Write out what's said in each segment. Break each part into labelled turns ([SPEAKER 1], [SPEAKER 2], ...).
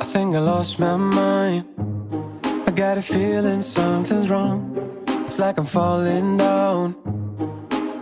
[SPEAKER 1] think I lost my mind. I got a feeling something's wrong. It's like I'm falling down.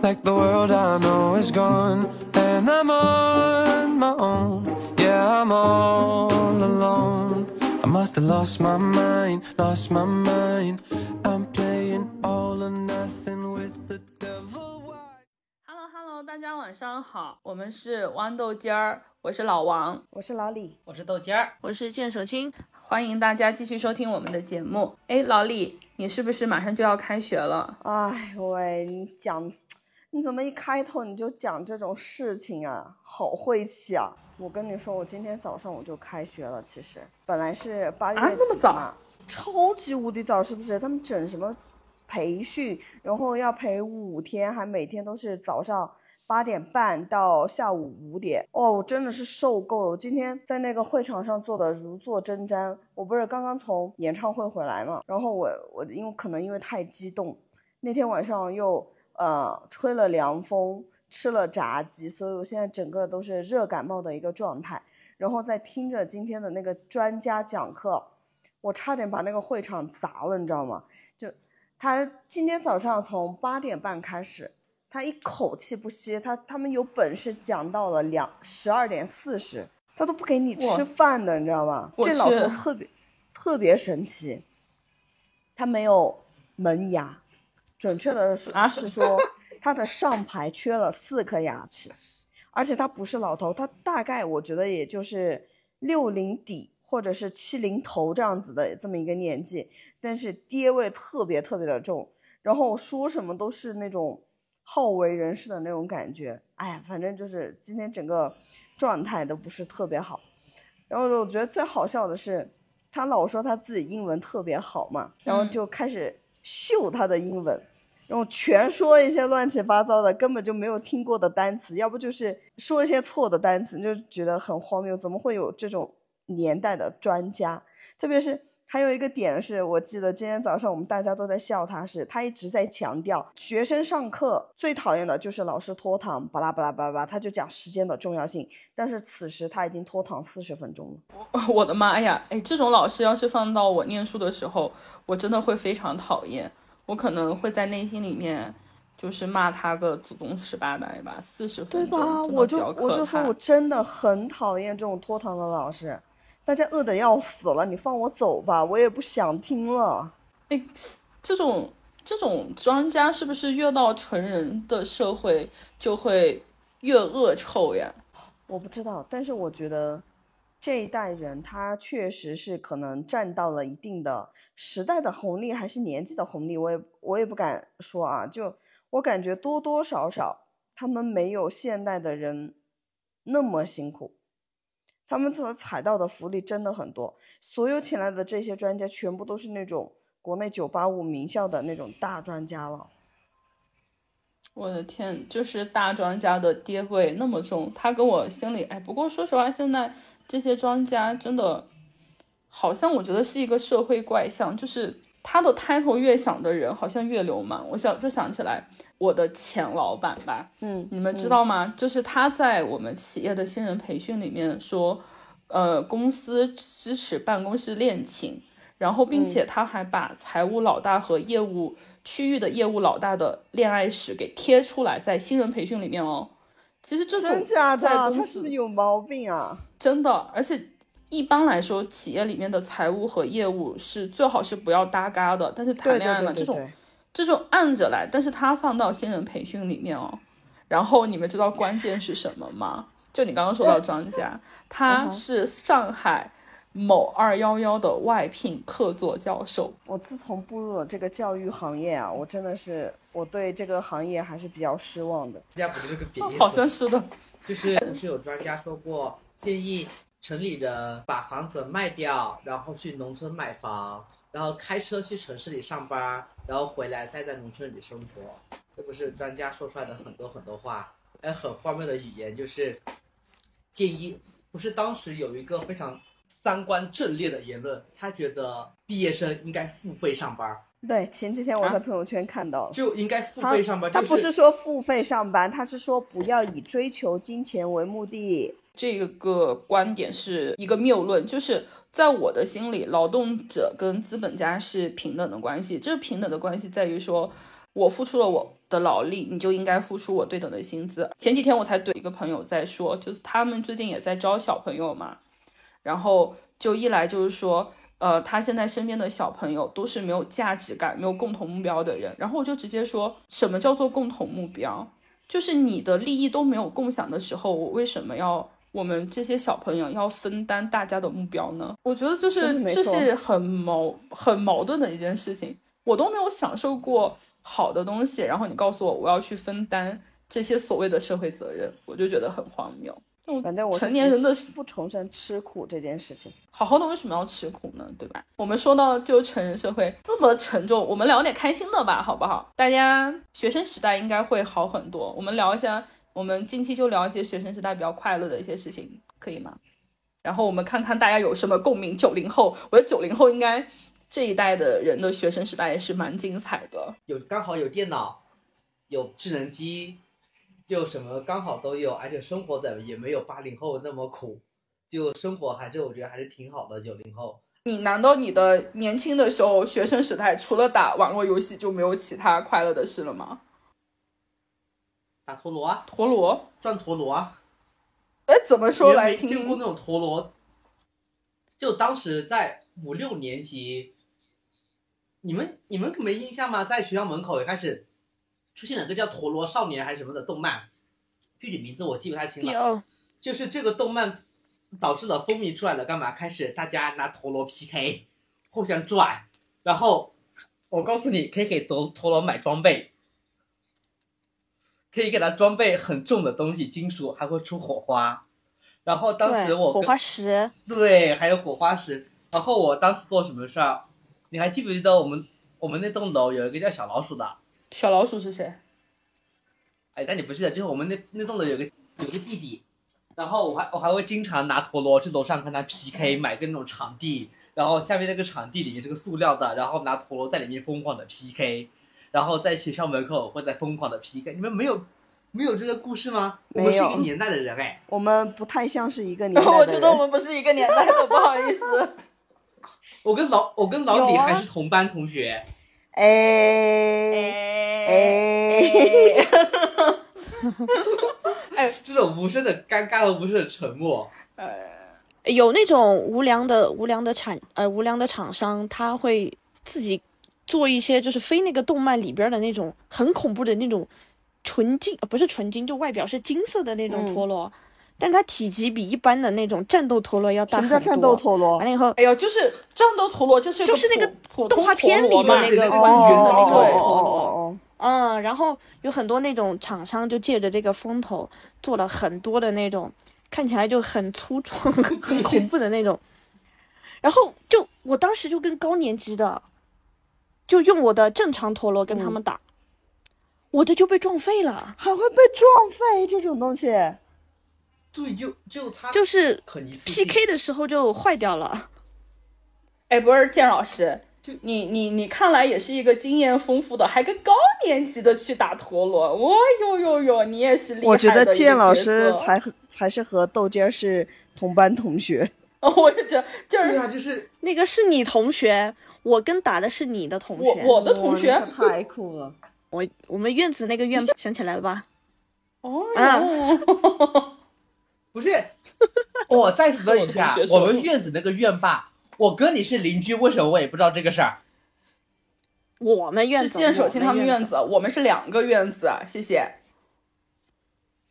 [SPEAKER 1] Like the world I know is gone. And I'm on my own. Yeah, I'm all alone. I must have lost my mind, lost my mind. I'm playing all or nothing with the devil. Why?
[SPEAKER 2] Hello Hello，大家晚上好，我们是豌豆尖儿，我是老王，
[SPEAKER 3] 我是老李，
[SPEAKER 4] 我是豆尖儿，
[SPEAKER 5] 我是剑手青。
[SPEAKER 2] 欢迎大家继续收听我们的节目。哎，老李，你是不是马上就要开学了？
[SPEAKER 3] 哎喂，你讲，你怎么一开头你就讲这种事情啊？好晦气啊！我跟你说，我今天早上我就开学了。其实本来是八月
[SPEAKER 2] 啊那么早
[SPEAKER 3] 底嘛，超级无敌早，是不是？他们整什么培训，然后要培五天，还每天都是早上八点半到下午五点。哦，我真的是受够了。我今天在那个会场上做的如坐针毡。我不是刚刚从演唱会回来嘛，然后我我因为可能因为太激动，那天晚上又呃吹了凉风，吃了炸鸡，所以我现在整个都是热感冒的一个状态。然后再听着今天的那个专家讲课，我差点把那个会场砸了，你知道吗？就他今天早上从八点半开始，他一口气不歇，他他们有本事讲到了两十二点四十，他都不给你
[SPEAKER 2] 哇
[SPEAKER 3] 吃饭的，你知道吗？
[SPEAKER 2] 我
[SPEAKER 3] 这老头
[SPEAKER 2] 是
[SPEAKER 3] 特别特别神奇，他没有门牙，准确的说
[SPEAKER 2] 啊
[SPEAKER 3] 是说他的上排缺了四颗牙齿，而且他不是老头，他大概我觉得也就是六零底或者是七零头这样子的这么一个年纪，但是爹味特别特别的重，然后说什么都是那种好为人师的那种感觉。哎呀，反正就是今天整个状态都不是特别好。然后我觉得最好笑的是，他老说他自己英文特别好嘛，然后
[SPEAKER 2] 嗯
[SPEAKER 3] 就开始秀他的英文，然后全说一些乱七八糟的，根本就没有听过的单词，要不就是说一些错的单词，你就觉得很荒谬，怎么会有这种年代的专家？特别是还有一个点是，我记得今天早上我们大家都在笑他是，他一直在强调学生上课最讨厌的就是老师拖堂，巴拉巴拉巴拉巴拉，他就讲时间的重要性。但是此时他已经拖堂四十分钟了。
[SPEAKER 2] 我的妈呀！哎，这种老师要是放到我念书的时候，我真的会非常讨厌。我可能会在内心里面就是骂他个祖宗十八代吧，四十
[SPEAKER 3] 对
[SPEAKER 2] 分钟
[SPEAKER 3] 吧？
[SPEAKER 2] 真
[SPEAKER 3] 我
[SPEAKER 2] 的比
[SPEAKER 3] 就
[SPEAKER 2] 较可怕。
[SPEAKER 3] 我就说我真的很讨厌这种拖堂的老师，大家饿得要死了，你放我走吧，我也不想听了。
[SPEAKER 2] 哎，这种这种专家是不是越到成人的社会就会越恶臭呀？
[SPEAKER 3] 我不知道，但是我觉得这一代人他确实是可能占到了一定的时代的红利，还是年纪的红利，我也我也不敢说啊。就我感觉多多少少他们没有现代的人那么辛苦，他们所踩到的福利真的很多。所有请来的这些专家全部都是那种国内九八五名校的那种大专家了。
[SPEAKER 2] 我的天，就是大专家的爹味那么重，他跟我心里哎，不过说实话，现在这些专家真的，好像我觉得是一个社会怪象，就是他的 title 越响的人，好像越流氓。我想就想起来我的前老板吧，
[SPEAKER 3] 嗯，
[SPEAKER 2] 你们知
[SPEAKER 3] 嗯
[SPEAKER 2] 道吗？就是他在我们企业的新人培训里面说，呃，公司支持办公室恋情，然后
[SPEAKER 3] 嗯
[SPEAKER 2] 并且他还把财务老大和业务区域的业务老大的恋爱史给贴出来，在新人培训里面哦。其实这种
[SPEAKER 3] 真假的
[SPEAKER 2] 在
[SPEAKER 3] 啊？
[SPEAKER 2] 公
[SPEAKER 3] 他
[SPEAKER 2] 司
[SPEAKER 3] 是不是有毛病啊？
[SPEAKER 2] 真的，而且一般来说，企业里面的财务和业务是最好是不要搭嘎的。但是谈
[SPEAKER 3] 对
[SPEAKER 2] 恋
[SPEAKER 3] 对
[SPEAKER 2] 爱嘛，
[SPEAKER 3] 对
[SPEAKER 2] 这
[SPEAKER 3] 对
[SPEAKER 2] 种
[SPEAKER 3] 对。
[SPEAKER 2] 这种按着来，但是他放到新人培训里面哦。然后你们知道关键是什么吗？就你刚刚说 到庄家，
[SPEAKER 3] 嗯
[SPEAKER 2] 他是上海某二幺幺的外聘客座教授。
[SPEAKER 3] 我自从步入了这个教育行业啊，我真的是我对这个行业还是比较失望的。
[SPEAKER 4] 专家不是个贬义词，
[SPEAKER 2] 哦好像是的，
[SPEAKER 4] 就是不是有专家说过，建议城里人把房子卖掉，然后去农村买房，然后开车去城市里上班，然后回来再在农村里生活。这不是专家说出来的很多很多话，哎，很荒谬的语言，就是建议。不是当时有一个非常三观正烈的言论，他觉得毕业生应该付费上班，
[SPEAKER 3] 对，前几天我
[SPEAKER 2] 啊
[SPEAKER 3] 在朋友圈看到了，
[SPEAKER 4] 就应该付
[SPEAKER 3] 他
[SPEAKER 4] 费上班。
[SPEAKER 3] 他
[SPEAKER 4] 就
[SPEAKER 3] 不是说付费上班，他是说不要以追求金钱为目的。
[SPEAKER 2] 这个观点是一个谬论，就是在我的心里，劳动者跟资本家是平等的关系。这平等的关系在于说，我付出了我的劳力，你就应该付出我对等的薪资。前几天我才对一个朋友在说，就是他们最近也在招小朋友嘛，然后就一来就是说。呃，他现在身边的小朋友都是没有价值感、没有共同目标的人。然后我就直接说，什么叫做共同目标？就是你的利益都没有共享的时候，我为什么要我们这些小朋友要分担大家的目标呢？我觉得就是
[SPEAKER 3] 嗯没
[SPEAKER 2] 这
[SPEAKER 3] 错
[SPEAKER 2] 是很矛很矛盾的一件事情。我都没有享受过好的东西，然后你告诉我我要去分担这些所谓的社会责任，我就觉得很荒谬。这种
[SPEAKER 3] 反正我是
[SPEAKER 2] 成年人的
[SPEAKER 3] 不崇尚吃苦这件事情。
[SPEAKER 2] 好好的为什么要吃苦呢？对吧？我们说到就成人社会这么沉重，我们聊点开心的吧，好不好？大家学生时代应该会好很多。我们聊一下，我们近期就聊一些学生时代比较快乐的一些事情，可以吗？然后我们看看大家有什么共鸣。九零后，我觉得九零后应该这一代的人的学生时代也是蛮精彩的。
[SPEAKER 4] 有刚好有电脑，有智能机，就什么刚好都有，而且生活的也没有八零后那么苦，就生活还是我觉得还是挺好的。九零后
[SPEAKER 2] 你难道你的年轻的时候，学生时代除了打网络游戏就没有其他快乐的事了吗？
[SPEAKER 4] 打陀螺啊，
[SPEAKER 2] 陀螺，
[SPEAKER 4] 转陀螺啊，
[SPEAKER 2] 哎，怎么说
[SPEAKER 4] 你
[SPEAKER 2] 来
[SPEAKER 4] 没
[SPEAKER 2] 听
[SPEAKER 4] 见
[SPEAKER 2] 听
[SPEAKER 4] 过？那种陀螺，就当时在五六年级，你们你们没印象吗？在学校门口也开始出现了个叫《陀螺少年》还是什么的动漫，具体名字我记不太清了。
[SPEAKER 5] 有
[SPEAKER 4] 就是这个动漫导致了风靡出来了，干嘛？开始大家拿陀螺 PK，互相转，然后我告诉你，可以给陀陀螺买装备，可以给它装备很重的东西，金属还会出火花。然后当时
[SPEAKER 5] 对
[SPEAKER 4] 我
[SPEAKER 5] 火
[SPEAKER 4] 跟
[SPEAKER 5] 花石，
[SPEAKER 4] 对，还有火花石。然后我当时做什么事儿？你还记不记得我们我们那栋楼有一个叫小老鼠的？
[SPEAKER 2] 小老鼠是谁？
[SPEAKER 4] 哎，但你不记得，就是我们那那栋楼有个有个弟弟，然后我还我还会经常拿陀螺去楼上跟他 PK，买
[SPEAKER 3] 嗯
[SPEAKER 4] 个那种场地，然后下面那个场地里面是个塑料的，然后拿陀螺在里面疯狂的 PK，然后在学校门口会在疯狂的 PK。你们没有没有这个故事吗？我们
[SPEAKER 3] 没
[SPEAKER 4] 是一
[SPEAKER 3] 有
[SPEAKER 4] 个年代的人哎，
[SPEAKER 3] 我们不太像是一个年代的人。
[SPEAKER 2] 我觉得我们不是一个年代的，不好意 思。
[SPEAKER 4] 我跟老我跟老李
[SPEAKER 3] 有啊
[SPEAKER 4] 还是同班同学，
[SPEAKER 3] 哎
[SPEAKER 2] 哎
[SPEAKER 3] 哎，
[SPEAKER 4] 这种无声的尴尬的无声的沉默。
[SPEAKER 5] 有那种无良的无良的产呃无良的厂商，他会自己做一些就是非那个动漫里边的那种很恐怖的那种纯金，呃不是纯金，就外表是金色的那种
[SPEAKER 3] 嗯
[SPEAKER 5] 陀螺，但它体积比一般的那种战斗陀螺要大
[SPEAKER 3] 什么
[SPEAKER 5] 很多。
[SPEAKER 3] 叫战斗陀螺
[SPEAKER 5] 完？了以后，
[SPEAKER 2] 哎呀，就是战斗陀螺，就是
[SPEAKER 5] 就是那个
[SPEAKER 2] 普普通
[SPEAKER 5] 动画片
[SPEAKER 2] 陀螺
[SPEAKER 5] 里的
[SPEAKER 2] 嘛
[SPEAKER 5] 那个
[SPEAKER 4] 哦
[SPEAKER 5] 完全的那
[SPEAKER 3] 哦
[SPEAKER 5] 种
[SPEAKER 2] 对
[SPEAKER 3] 哦
[SPEAKER 5] 陀螺。
[SPEAKER 3] 哦
[SPEAKER 5] 嗯，然后有很多那种厂商就借着这个风头做了很多的那种看起来就很粗壮、 很恐怖的那种。然后就我当时就跟高年级的，就用我的正常陀螺跟他
[SPEAKER 2] 嗯
[SPEAKER 5] 们打，我的就被撞废
[SPEAKER 2] 啊
[SPEAKER 5] 了，
[SPEAKER 3] 还会被撞飞这种东西，
[SPEAKER 4] 对，就就他
[SPEAKER 5] 就是
[SPEAKER 4] 肯尼斯基
[SPEAKER 5] PK 的时候就坏掉了。
[SPEAKER 2] 哎，不是建老师
[SPEAKER 4] 就，
[SPEAKER 2] 你你你看来也是一个经验丰富的，还跟高年级的去打陀螺，哇哟哟哟，你也是厉害的
[SPEAKER 3] 我觉
[SPEAKER 2] 一
[SPEAKER 3] 得
[SPEAKER 2] 个
[SPEAKER 3] 建老师
[SPEAKER 2] 角色
[SPEAKER 3] 才和才是和豆尖儿是同班同学。
[SPEAKER 2] 哦， 我就觉得就是
[SPEAKER 4] 对啊，就是
[SPEAKER 5] 那个是你同学，我跟打的是你的同
[SPEAKER 2] 我
[SPEAKER 5] 学。
[SPEAKER 2] 我的同学
[SPEAKER 3] 哇你可太酷了，
[SPEAKER 5] 我我们院子那个院想起来了吧？
[SPEAKER 2] 哦
[SPEAKER 5] 啊
[SPEAKER 4] 不是，我再说一下
[SPEAKER 2] 是我同学，说
[SPEAKER 4] 我们院子那个院霸，我跟你是邻居，为什么我也不知道这个事儿？
[SPEAKER 5] 我们院
[SPEAKER 2] 是
[SPEAKER 5] 子
[SPEAKER 2] 建手
[SPEAKER 5] 我
[SPEAKER 2] 青他们
[SPEAKER 5] 院
[SPEAKER 2] 院子，我们是两个院子，啊谢谢。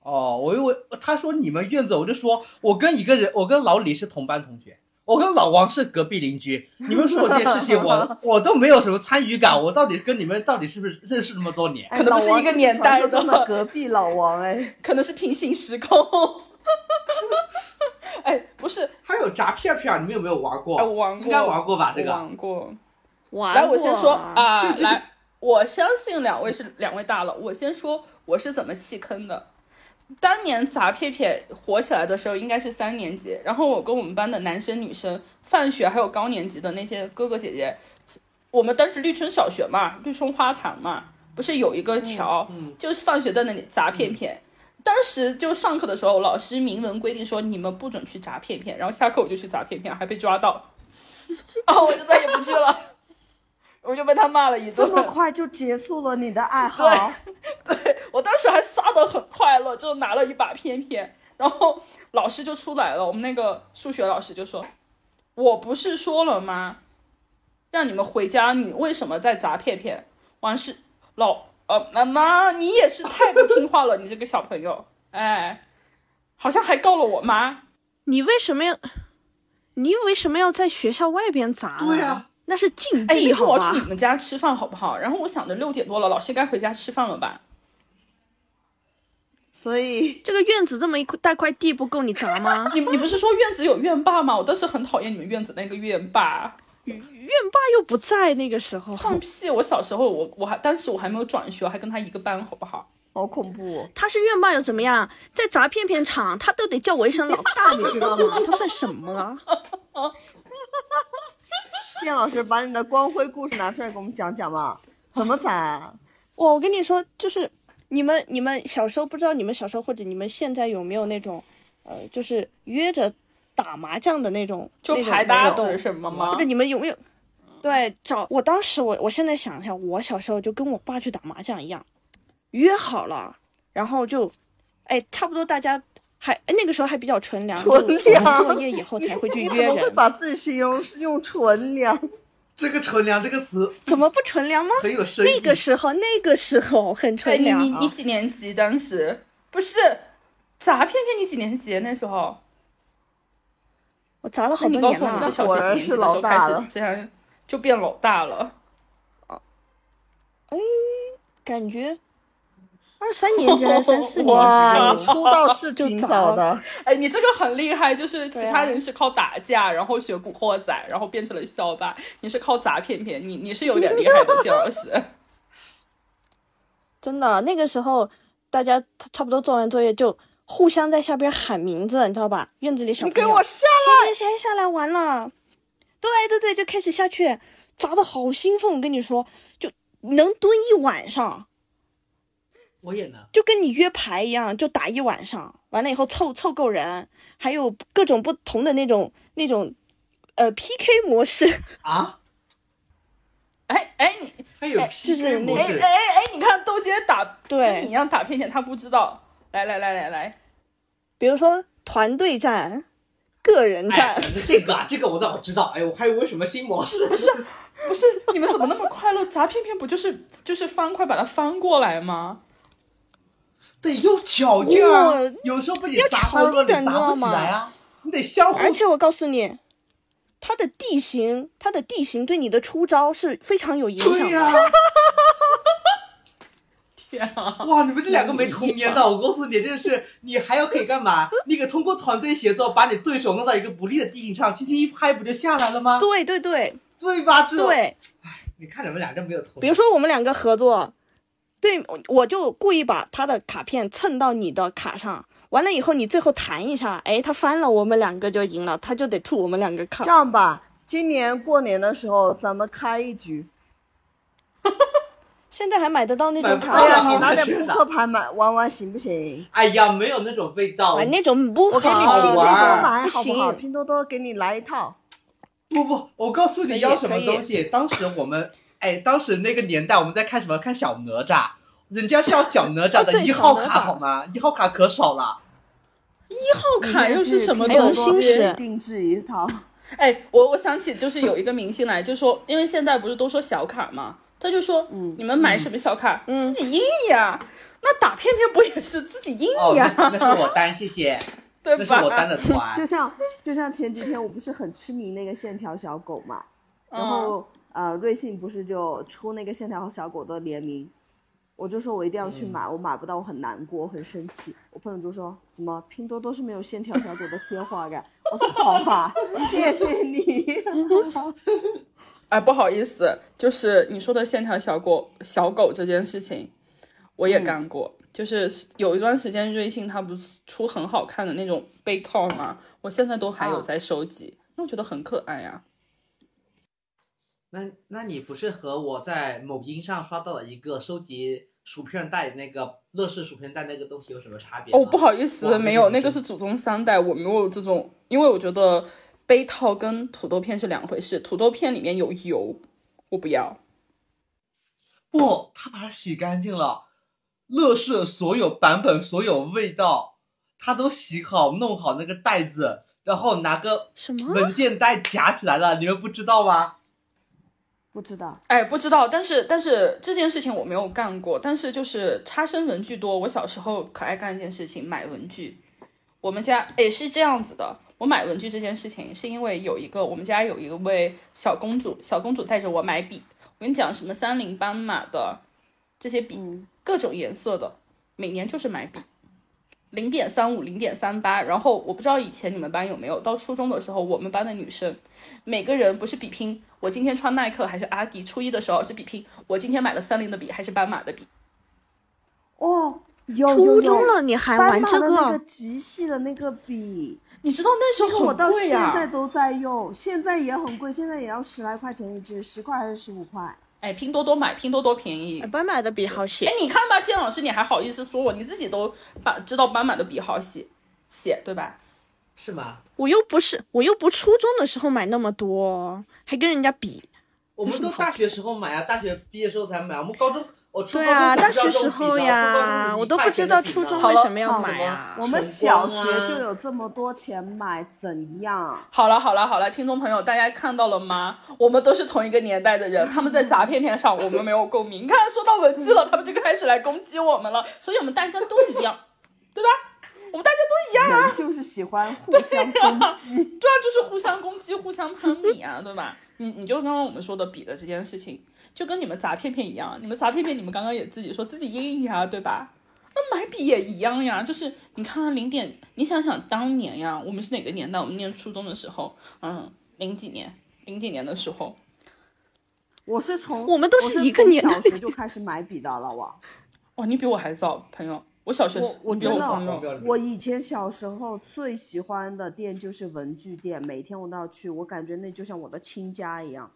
[SPEAKER 4] 哦，我以为他说你们院子，我就说我跟一个人，我跟老李是同班同学，我跟老王是隔壁邻居。你们说我这些事情， 我我都没有什么参与感，我到底跟你们到底是不是认识那么多年？
[SPEAKER 3] 哎
[SPEAKER 2] 可能不是一个年代的
[SPEAKER 3] 老王就是传说中隔壁老 王哎，
[SPEAKER 2] 可能是平行时 空。 哎，不是，
[SPEAKER 4] 还有炸片片，你们有没有玩过？
[SPEAKER 2] 哎我玩过
[SPEAKER 4] 哦应该玩过吧？这
[SPEAKER 2] 我
[SPEAKER 4] 个
[SPEAKER 2] 玩过。
[SPEAKER 5] 玩
[SPEAKER 2] 来，我先
[SPEAKER 5] 过
[SPEAKER 2] 说啊、
[SPEAKER 4] 就这个
[SPEAKER 2] 来，我相信两位是两位大佬，我先说我是怎么弃坑的。当年砸片片火起来的时候，应该是三年级，然后我跟我们班的男生、女生、放学还有高年级的那些哥哥姐姐，我们当时绿春小学嘛，绿春花坛嘛，不是有一个桥，
[SPEAKER 4] 嗯
[SPEAKER 2] 就是放学在那里砸片片。当时就上课的时候，老师明文规定说你们不准去砸片片，然后下课我就去砸片片，还被抓到， 然后我就再也不去了，我就被他骂了一顿
[SPEAKER 3] 这。么快就结束了你的爱好？
[SPEAKER 2] 对我当时还杀的很快乐，就拿了一把片片，然后老师就出来了，我们那个数学老师就说：“我不是说了吗？让你们回家，你为什么在砸片片？”完事老呃妈妈，你也是太不听话了，你这个小朋友，哎，好像还告了我妈。
[SPEAKER 5] 你为什么要？你为什么要在学校外边砸呢？
[SPEAKER 4] 对呀
[SPEAKER 5] 那是禁
[SPEAKER 2] 哎，你
[SPEAKER 5] 地
[SPEAKER 2] 跟
[SPEAKER 5] 好
[SPEAKER 2] 我
[SPEAKER 5] 吧
[SPEAKER 2] 去？你们家吃饭好不好？然后我想着六点多了，老师该回家吃饭了吧？
[SPEAKER 3] 所以
[SPEAKER 5] 这个院子这么一块大块地不够你砸吗？
[SPEAKER 2] 你你不是说院子有院坝吗？我当时很讨厌你们院子那个院坝。
[SPEAKER 5] 院爸又不在那个时候，
[SPEAKER 2] 放屁！我小时候我，我还当时我还没有转学，我还跟他一个班，好不好？
[SPEAKER 3] 好恐怖、哦
[SPEAKER 5] 他是院霸又怎么样？在砸片片厂，他都得叫我一声老大，你知道吗？他算什么啊？
[SPEAKER 3] 燕老师，把你的光辉故事拿出来给我们讲讲嘛？怎么 攒啊？
[SPEAKER 5] 我我跟你说，就是你们你们小时候不知道，你们小时候或者你们现在有没有那种，呃，就是约着打麻将的那种，
[SPEAKER 2] 就
[SPEAKER 5] 那种
[SPEAKER 2] 牌搭
[SPEAKER 5] 活动
[SPEAKER 2] 子什么吗哎
[SPEAKER 5] 或者？你们有没有？对，找我当时我我现在想一下，我小时候就跟我爸去打麻将一样，约好了，然后就，哎，差不多大家还哎那个时候还比较纯良，
[SPEAKER 3] 纯
[SPEAKER 5] 就做完
[SPEAKER 3] 良
[SPEAKER 5] 作业以后才会去
[SPEAKER 3] 你怎
[SPEAKER 5] 约
[SPEAKER 3] 么会
[SPEAKER 5] 人，
[SPEAKER 3] 把自己形容用纯良？
[SPEAKER 4] 这个“纯良”这个词
[SPEAKER 5] 怎么不纯良吗？
[SPEAKER 4] 很有深意。
[SPEAKER 5] 那个时候那个时候很
[SPEAKER 2] 哎，
[SPEAKER 5] 纯
[SPEAKER 2] 你
[SPEAKER 5] 良啊，
[SPEAKER 2] 你你几年级？当时不是砸片片？你几年级？那时候？
[SPEAKER 5] 我砸了好
[SPEAKER 2] 那
[SPEAKER 5] 多
[SPEAKER 2] 你告
[SPEAKER 5] 年
[SPEAKER 2] 诉我，你
[SPEAKER 5] 了
[SPEAKER 2] 是。小学几年级的时候开始这样就变老大了？
[SPEAKER 5] 感觉二三年级还是三四年级
[SPEAKER 3] 哇，你
[SPEAKER 5] 吧，
[SPEAKER 3] 出道是
[SPEAKER 5] 就
[SPEAKER 3] 挺
[SPEAKER 5] 砸
[SPEAKER 3] 早
[SPEAKER 5] 了
[SPEAKER 3] 的，
[SPEAKER 2] 哎，你这个很厉害，就是其
[SPEAKER 5] 对啊
[SPEAKER 2] 他人是靠打架，然后学古惑仔，然后变成了校霸，你是靠砸片片，你你是有点厉害的，建老师。
[SPEAKER 5] 真的那个时候大家差不多做完作业就互相在下边喊名字，你知道吧？院子里小
[SPEAKER 3] 你
[SPEAKER 5] 朋友，
[SPEAKER 3] 给我下
[SPEAKER 5] 谁谁谁下来玩了？对对对，就开始下去砸的好兴奋，我跟你说，就能蹲一晚上，
[SPEAKER 4] 我也能，
[SPEAKER 5] 就跟你约牌一样，就打一晚上，完了以后凑凑够人，还有各种不同的那种那种。呃，PK 模式，
[SPEAKER 4] 啊，
[SPEAKER 2] 哎哎，你
[SPEAKER 4] 还有
[SPEAKER 5] 哎
[SPEAKER 4] PK
[SPEAKER 5] 就是那
[SPEAKER 4] 模
[SPEAKER 2] 哎
[SPEAKER 4] 式
[SPEAKER 2] 哎哎，你看豆姐打
[SPEAKER 5] 对
[SPEAKER 2] 跟你一样打片片，他不知道。来来来来来，
[SPEAKER 5] 比如说团队战、个人战，
[SPEAKER 4] 哎，这个啊，这个我倒知道。哎，我还以为什么新模式？
[SPEAKER 2] 不是不是，你们怎么那么快乐？砸片片不就是就是方块把它翻过来吗？
[SPEAKER 4] 得用巧劲
[SPEAKER 5] 哇
[SPEAKER 4] 儿，啊有时候被你砸翻
[SPEAKER 5] 要巧
[SPEAKER 4] 了，
[SPEAKER 5] 地的
[SPEAKER 4] 你砸不起来啊，你得相互
[SPEAKER 5] 而且我告诉你，它的地形，它的地形对你的出招是非常有影响
[SPEAKER 4] 对
[SPEAKER 5] 的。
[SPEAKER 4] 呀、
[SPEAKER 2] 天啊！
[SPEAKER 4] 哇，你们这两个没童年的，我告诉你，这是你还要可以干嘛？你可通过团队协作把你对手弄到一个不利的地形上，轻轻一拍不就下来了吗？
[SPEAKER 5] 对对对
[SPEAKER 4] 对吧？这，
[SPEAKER 5] 对，
[SPEAKER 4] 你看你们俩真没有童
[SPEAKER 5] 比如
[SPEAKER 4] 年。
[SPEAKER 5] 说我们两个合作，对，我就故意把他的卡片蹭到你的卡上，完了以后你最后弹一下，哎，他翻了，我们两个就赢了，他就得吐我们两个卡
[SPEAKER 3] 这。样吧，今年过年的时候咱们开一局，
[SPEAKER 5] 现在还买得到那种
[SPEAKER 3] 哎
[SPEAKER 5] 卡
[SPEAKER 4] 买不到
[SPEAKER 5] 片吗
[SPEAKER 3] 你拿
[SPEAKER 4] 我
[SPEAKER 3] 点
[SPEAKER 4] 去
[SPEAKER 3] 扑
[SPEAKER 4] 了
[SPEAKER 3] 克牌买玩玩行不行？
[SPEAKER 4] 哎呀，没有那种味道
[SPEAKER 5] 哎，。那种不
[SPEAKER 3] 我给你拼
[SPEAKER 4] 好
[SPEAKER 5] 好
[SPEAKER 3] 多多
[SPEAKER 4] 玩儿
[SPEAKER 3] 买好不好？
[SPEAKER 5] 行。
[SPEAKER 3] 拼多多给你来一套。
[SPEAKER 4] 不不，我告诉
[SPEAKER 5] 可
[SPEAKER 4] 你
[SPEAKER 5] 以
[SPEAKER 4] 要什么
[SPEAKER 5] 可以
[SPEAKER 4] 东西。当时我们，哎，当时那个年代我们在看什么？看小哪吒，人家是要小哪吒
[SPEAKER 5] 哦对
[SPEAKER 4] 的一号
[SPEAKER 5] 小哪
[SPEAKER 4] 卡
[SPEAKER 5] 吒
[SPEAKER 4] 好吗？一号卡可少了。
[SPEAKER 2] 套卡又是什么
[SPEAKER 5] 还有
[SPEAKER 2] 东
[SPEAKER 5] 新
[SPEAKER 2] 西
[SPEAKER 5] 式？
[SPEAKER 3] 定制一套，
[SPEAKER 2] 哎，我我想起就是有一个明星来，就说，因为现在不是都说小卡嘛，他就说，你们买什么小卡，
[SPEAKER 5] 嗯
[SPEAKER 2] 自己印呀。那打片片不也是自己印
[SPEAKER 4] 哦，
[SPEAKER 2] 呀，
[SPEAKER 4] 那那是我单，谢 谢，
[SPEAKER 2] 对
[SPEAKER 4] 那是
[SPEAKER 2] 吧？
[SPEAKER 4] 我单的团。
[SPEAKER 3] 就像就像前几天我不是很痴迷那个线条小狗嘛，然后呃瑞幸不是就出那个线条小狗的联名，我就说我一定要去买，我买不到我很难过，我很生气。我朋友就说怎么拼多多是没有线条小狗的贴画感？我说好吧，谢谢你。
[SPEAKER 2] 哎，不好意思，就是你说的线条小狗小狗这件事情，我也干过。就是有一段时间，瑞幸它不是出很好看的那种杯套吗？我现在都还有
[SPEAKER 3] 啊
[SPEAKER 2] 在收集，那我觉得很可爱呀、
[SPEAKER 4] 那那你不是和我在某音上刷到了一个收集薯片袋那个乐事薯片袋那个东西有什么差别吗？
[SPEAKER 2] 哦，不好意思，
[SPEAKER 4] 哇
[SPEAKER 2] 没有，那
[SPEAKER 4] 那
[SPEAKER 2] 个
[SPEAKER 4] 个
[SPEAKER 2] 是祖宗三代，我没有这种，因为我觉得杯套跟土豆片是两回事，土豆片里面有油，我不要。
[SPEAKER 4] 不、他把它洗干净了，乐事所有版本所有味道，他都洗好弄好那个袋子，然后拿个
[SPEAKER 5] 什么
[SPEAKER 4] 文件袋夹起来了，你们不知道吗？
[SPEAKER 3] 不知道，
[SPEAKER 2] 哎，不知道，但是但是这件事情我没有干过，但是就是差生文具多。我小时候可爱干一件事情，买文具。我们家哎是这样子的，我买文具这件事情是因为有一个我们家有一位小公主，小公主带着我买笔。我跟你讲，什么三菱斑马的这些笔，各种颜色的，每年就是买笔。零点三五、零点三八，然后我不知道以前你们班有没有，到初中的时候，我们班的女生每个人不是比拼，我今天穿耐克还是阿迪？初一的时候是比拼，我今天买了三菱的笔还是斑马的笔？
[SPEAKER 3] 哦，有
[SPEAKER 5] 初中了你还哎玩这
[SPEAKER 3] 个？那
[SPEAKER 5] 个？
[SPEAKER 3] 极细的那个笔，
[SPEAKER 2] 你知道那时
[SPEAKER 3] 那个
[SPEAKER 2] 候
[SPEAKER 3] 我
[SPEAKER 2] 很
[SPEAKER 3] 到
[SPEAKER 2] 贵啊
[SPEAKER 3] 现
[SPEAKER 2] 呀、
[SPEAKER 3] 在都在用，现在也很贵，现在也要十来块钱一支，十块还是十五块？
[SPEAKER 2] 哎，拼多多买，拼多多便宜。
[SPEAKER 5] 斑马的笔好
[SPEAKER 2] 哎
[SPEAKER 5] 写，，
[SPEAKER 2] 你看吧，建老师，你还好意思说我？你自己都把知道斑马的笔好写写对吧？
[SPEAKER 4] 是吗？
[SPEAKER 5] 我又不是我又不初中的时候买那么多，还跟人家比。
[SPEAKER 4] 我们都大学时候买啊，大学毕业时候才买啊。我们高中，我初
[SPEAKER 5] 对
[SPEAKER 4] 高中
[SPEAKER 5] 啊，
[SPEAKER 4] 可
[SPEAKER 5] 大
[SPEAKER 4] 不知道
[SPEAKER 5] 学
[SPEAKER 4] 这种
[SPEAKER 5] 时
[SPEAKER 4] 笔呢初高
[SPEAKER 5] 候
[SPEAKER 4] 中
[SPEAKER 5] 呀，
[SPEAKER 4] 是
[SPEAKER 5] 我
[SPEAKER 4] 一
[SPEAKER 5] 都
[SPEAKER 4] 块
[SPEAKER 5] 不
[SPEAKER 4] 钱
[SPEAKER 5] 知
[SPEAKER 4] 的
[SPEAKER 5] 道
[SPEAKER 4] 笔
[SPEAKER 5] 初
[SPEAKER 4] 呢
[SPEAKER 5] 中
[SPEAKER 3] 好
[SPEAKER 5] 为
[SPEAKER 3] 了
[SPEAKER 5] 什么要
[SPEAKER 3] 好
[SPEAKER 5] 买啊
[SPEAKER 3] 我。们
[SPEAKER 4] 晨光
[SPEAKER 3] 小
[SPEAKER 4] 啊
[SPEAKER 3] 学就有这么多钱买，怎样？
[SPEAKER 2] 好了好了好了，听众朋友，大家看到了吗？我们都是同一个年代的人， 他们在杂片片上我们没有共鸣。你看，说到文具了，他们就开始来攻击我们了，所以我们大家都一样，对吧？我们大家都一样啊。
[SPEAKER 3] 人就是喜欢互相攻击。
[SPEAKER 2] 啊对啊，就是互相攻击、互相喷你啊，对吧？你你就刚刚我们说的比的这件事情，就跟你们砸片片一样，你们砸片片，你们刚刚也自己说自己阴影呀，对吧？那买笔也一样呀，就是你看看零点，你想想当年呀，我们是哪个年代？我们念初中的时候，嗯，零几年，零几年的时候，
[SPEAKER 3] 我是从
[SPEAKER 5] 我们都是
[SPEAKER 3] 是
[SPEAKER 5] 一个年代
[SPEAKER 3] 从小学就开始买笔的了，我。
[SPEAKER 2] 哇，你比我还早，朋友，我小学
[SPEAKER 3] 我我
[SPEAKER 2] 你比
[SPEAKER 3] 真
[SPEAKER 2] 我
[SPEAKER 3] 的啊
[SPEAKER 2] 朋
[SPEAKER 4] 不
[SPEAKER 2] 友，
[SPEAKER 4] 要脸
[SPEAKER 3] 我以前小时候最喜欢的店就是文具店，每天我都要去，我感觉那就像我的亲家一样，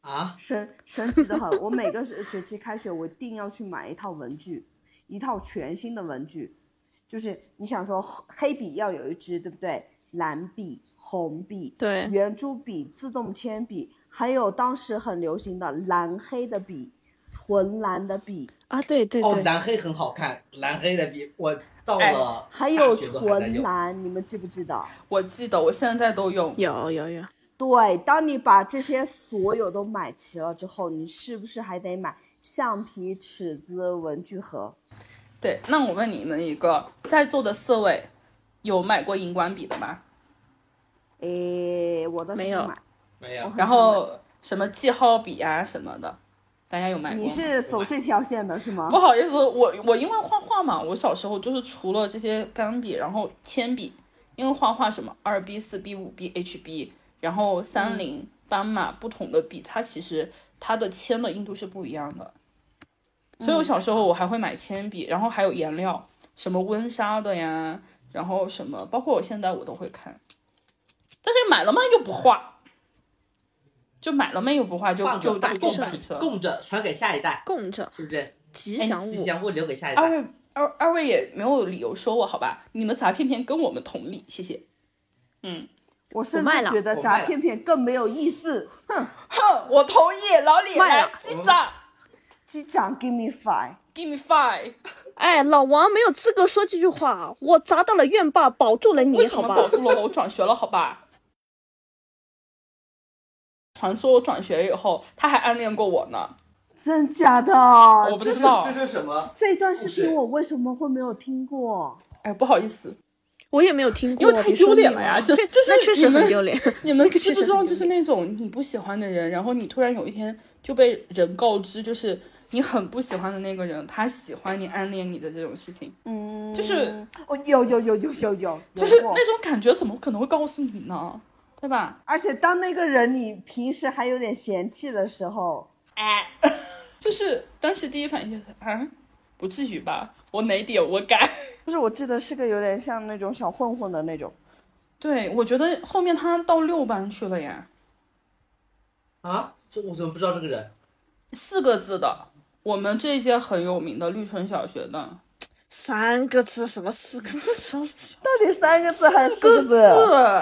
[SPEAKER 4] 啊！
[SPEAKER 3] 神神奇的很。我每个学学期开学，我一定要去买一套文具，一套全新的文具。就是你想说黑笔要有一支，对不对？蓝笔、红笔、
[SPEAKER 5] 对
[SPEAKER 3] 圆珠笔、自动铅笔，还有当时很流行的蓝黑的笔，纯蓝的笔。
[SPEAKER 5] 啊，对对
[SPEAKER 4] 哦，
[SPEAKER 5] 对，
[SPEAKER 4] 蓝黑很好看，蓝黑的笔我到
[SPEAKER 2] 哎
[SPEAKER 4] 了
[SPEAKER 3] 还有
[SPEAKER 4] 大学都还在
[SPEAKER 3] 纯
[SPEAKER 4] 用。
[SPEAKER 3] 蓝，你们记不记得？
[SPEAKER 2] 我记得我现在都用，
[SPEAKER 5] 有有有，
[SPEAKER 3] 对，当你把这些所有都买齐了之后，你是不是还得买橡皮、尺子、文具盒？
[SPEAKER 2] 对，那我问你们一个，在座的四位有买过荧光笔的吗？
[SPEAKER 3] 诶，我倒是
[SPEAKER 5] 没有
[SPEAKER 3] 不买。
[SPEAKER 4] 没有
[SPEAKER 3] 我，
[SPEAKER 2] 然后什么记号笔啊什么的，大家有哎买过哦
[SPEAKER 3] 你
[SPEAKER 2] 吗？
[SPEAKER 3] 是走这条线的是吗
[SPEAKER 2] 不？好意思，我我因为画画嘛，我小时候就是除了这些钢笔，然后铅笔，因为画画什么二 B、四 B、五 B、HB，然后三菱、斑马不同的笔，它其实它的铅的硬度是不一样的，所以我小时候我还会买铅笔，然后还有颜料，什么温莎的呀，然后什么，包括我现在我都会看，但是买了嘛又不画。就买了嘛又不画，就
[SPEAKER 4] 放着
[SPEAKER 2] 就
[SPEAKER 4] 大
[SPEAKER 2] 就
[SPEAKER 4] 供
[SPEAKER 2] 就
[SPEAKER 4] 着
[SPEAKER 2] 去了
[SPEAKER 4] 供着传给下一代，
[SPEAKER 5] 供着
[SPEAKER 4] 是不是？
[SPEAKER 5] 吉
[SPEAKER 4] 哎
[SPEAKER 5] 祥
[SPEAKER 4] 吉
[SPEAKER 5] 物。
[SPEAKER 4] 祥物留给下一代
[SPEAKER 2] 二。位二二位也没有理由说我好吧？你们砸片片跟我们同理，谢谢。
[SPEAKER 3] 我甚
[SPEAKER 5] 卖
[SPEAKER 3] 至
[SPEAKER 5] 了
[SPEAKER 3] 觉得
[SPEAKER 4] 我卖
[SPEAKER 3] 炸
[SPEAKER 4] 了
[SPEAKER 3] 片片更没有意思。
[SPEAKER 2] 哼，我同意，老李
[SPEAKER 5] 卖
[SPEAKER 2] 来
[SPEAKER 5] 了
[SPEAKER 2] 击掌
[SPEAKER 3] 机长，give me five。
[SPEAKER 2] ，give me five。
[SPEAKER 5] 哎，老王没有资格说这句话，我砸到了院坝，保住了你，
[SPEAKER 2] 为什
[SPEAKER 5] 好
[SPEAKER 2] 么
[SPEAKER 5] 吧？
[SPEAKER 2] 保住了我？我转学了，好吧？传说我转学以后，他还暗恋过我呢，
[SPEAKER 3] 真假的？
[SPEAKER 2] 我不知
[SPEAKER 3] 这
[SPEAKER 2] 道。
[SPEAKER 4] 是什么？
[SPEAKER 3] 这段视
[SPEAKER 4] 不
[SPEAKER 3] 频
[SPEAKER 4] 是
[SPEAKER 3] 我为什么会没有听过？
[SPEAKER 2] 哎，不好意思，
[SPEAKER 5] 我也没有听
[SPEAKER 2] 因
[SPEAKER 5] 过，
[SPEAKER 2] 为太
[SPEAKER 5] 别说
[SPEAKER 2] 丢脸
[SPEAKER 5] 你
[SPEAKER 2] 了呀，
[SPEAKER 5] 这
[SPEAKER 2] 这这是
[SPEAKER 5] 那确实
[SPEAKER 2] 你们
[SPEAKER 5] 很 丢脸。
[SPEAKER 2] 你们知不知道，就是那种你不喜欢的人，然后你突然有一天就被人告知，就是你很不喜欢的那个人，他喜欢你、暗恋你的这种事情，
[SPEAKER 3] 嗯，
[SPEAKER 2] 就是
[SPEAKER 3] 哦，有有有有有有，
[SPEAKER 2] 就是
[SPEAKER 3] 有过
[SPEAKER 2] 那种感觉，怎么可能会告诉你呢？对吧？
[SPEAKER 3] 而且当那个人你平时还有点嫌弃的时候，
[SPEAKER 2] 哎，就是当时第一反应就是啊，不至于吧？我哪点我改？
[SPEAKER 3] 就是我记得是个有点像那种小混混的那种，
[SPEAKER 2] 对，我觉得后面他到六班去了呀，
[SPEAKER 4] 啊？这我怎么不知道这个人？
[SPEAKER 2] 四个字的，我们这一届很有名的绿城小学的，
[SPEAKER 5] 三个字什么四个字？
[SPEAKER 3] 到底三个字还是四个字？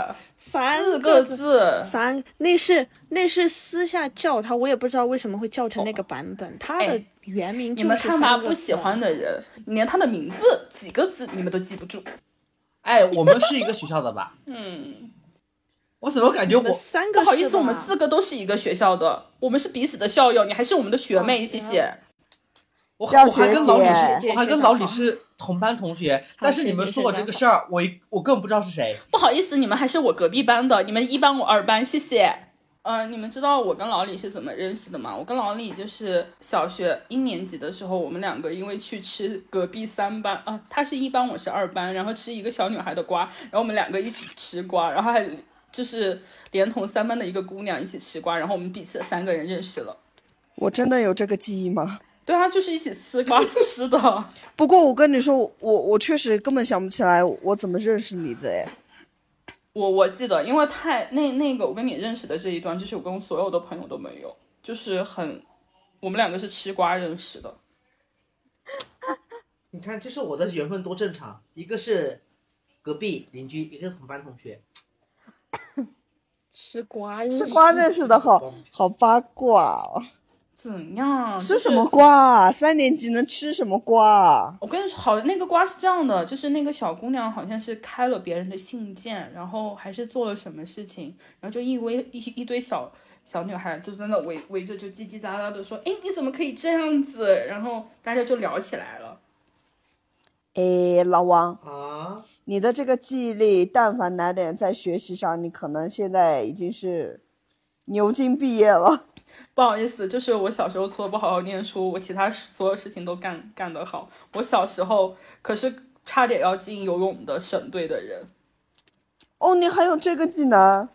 [SPEAKER 2] 字
[SPEAKER 5] 三
[SPEAKER 2] 四
[SPEAKER 5] 个
[SPEAKER 2] 哦个字，
[SPEAKER 5] 三，那是那是私下叫他，我也不知道为什么会叫成那个版本。他的
[SPEAKER 2] 哎
[SPEAKER 5] 原名
[SPEAKER 2] 你
[SPEAKER 5] 就
[SPEAKER 2] 们
[SPEAKER 5] 是
[SPEAKER 2] 看吧，
[SPEAKER 5] 三个
[SPEAKER 2] 不
[SPEAKER 5] 字
[SPEAKER 2] 喜
[SPEAKER 5] 啊
[SPEAKER 2] 欢的人，你连他的名字几个字你们都记不住。
[SPEAKER 6] 哎，我们是一个学校的吧？
[SPEAKER 2] 嗯，
[SPEAKER 6] 我怎么感觉
[SPEAKER 5] 你们
[SPEAKER 6] 我
[SPEAKER 5] 三
[SPEAKER 2] 不
[SPEAKER 5] 个
[SPEAKER 2] 好意
[SPEAKER 5] 是
[SPEAKER 2] 思，我们
[SPEAKER 5] 吧
[SPEAKER 2] 四个都是一个学校的，我们是彼此的校友，你还是我们的学妹，
[SPEAKER 5] 哦
[SPEAKER 2] 谢谢。
[SPEAKER 6] 我
[SPEAKER 3] 叫
[SPEAKER 6] 我还跟老李
[SPEAKER 3] 学
[SPEAKER 6] 是，
[SPEAKER 5] 姐
[SPEAKER 6] 我还跟老李是同班同学，但是你们说我这个事儿，我一我根本不知道是谁。
[SPEAKER 2] 不好意思，你们还是我隔壁班的，你们一班我二班，谢谢。呃，你们知道我跟老李是怎么认识的吗？我跟老李就是小学一年级的时候，我们两个因为去吃隔壁三班啊，他是一班，我是二班，然后吃一个小女孩的瓜，然后我们两个一起吃瓜，然后还就是连同三班的一个姑娘一起吃瓜，然后我们彼此三个人认识了。
[SPEAKER 3] 我真的有这个记忆吗？
[SPEAKER 2] 对啊，就是一起吃瓜 吃的。
[SPEAKER 3] 不过我跟你说，我我确实根本想不起来我怎么认识你的哎。
[SPEAKER 2] 我我记得，因为太那那个我跟你认识的这一段，就是我跟所有的朋友都没有，就是很，我们两个是吃瓜认识的。
[SPEAKER 4] 你看，就是我的缘分多正常，一个是隔壁邻居，一个是同班同学。
[SPEAKER 5] 吃 瓜，
[SPEAKER 3] 吃瓜认识的好
[SPEAKER 2] 嗯
[SPEAKER 3] 好八卦哦，
[SPEAKER 2] 怎样？
[SPEAKER 3] 吃
[SPEAKER 2] 就是
[SPEAKER 3] 什么？瓜啊？三年级能吃什么瓜啊？
[SPEAKER 2] 我跟你说，好，那个瓜是这样的，就是那个小姑娘好像是开了别人的信件，然后还是做了什么事情，然后就一围一一堆小小女孩就在那围围着，就叽叽喳喳的说，哎，你怎么可以这样子？然后大家就聊起来了。
[SPEAKER 3] 哎，老王，
[SPEAKER 4] 啊，
[SPEAKER 3] 你的这个记忆力，但凡拿点在学习上，你可能现在已经是牛津毕业了。
[SPEAKER 2] 不好意思，就是我小时候除了不好好念书，我其他所有事情都干干得好。我小时候可是差点要进游泳的省队的人，
[SPEAKER 3] 哦，你还有这个技能？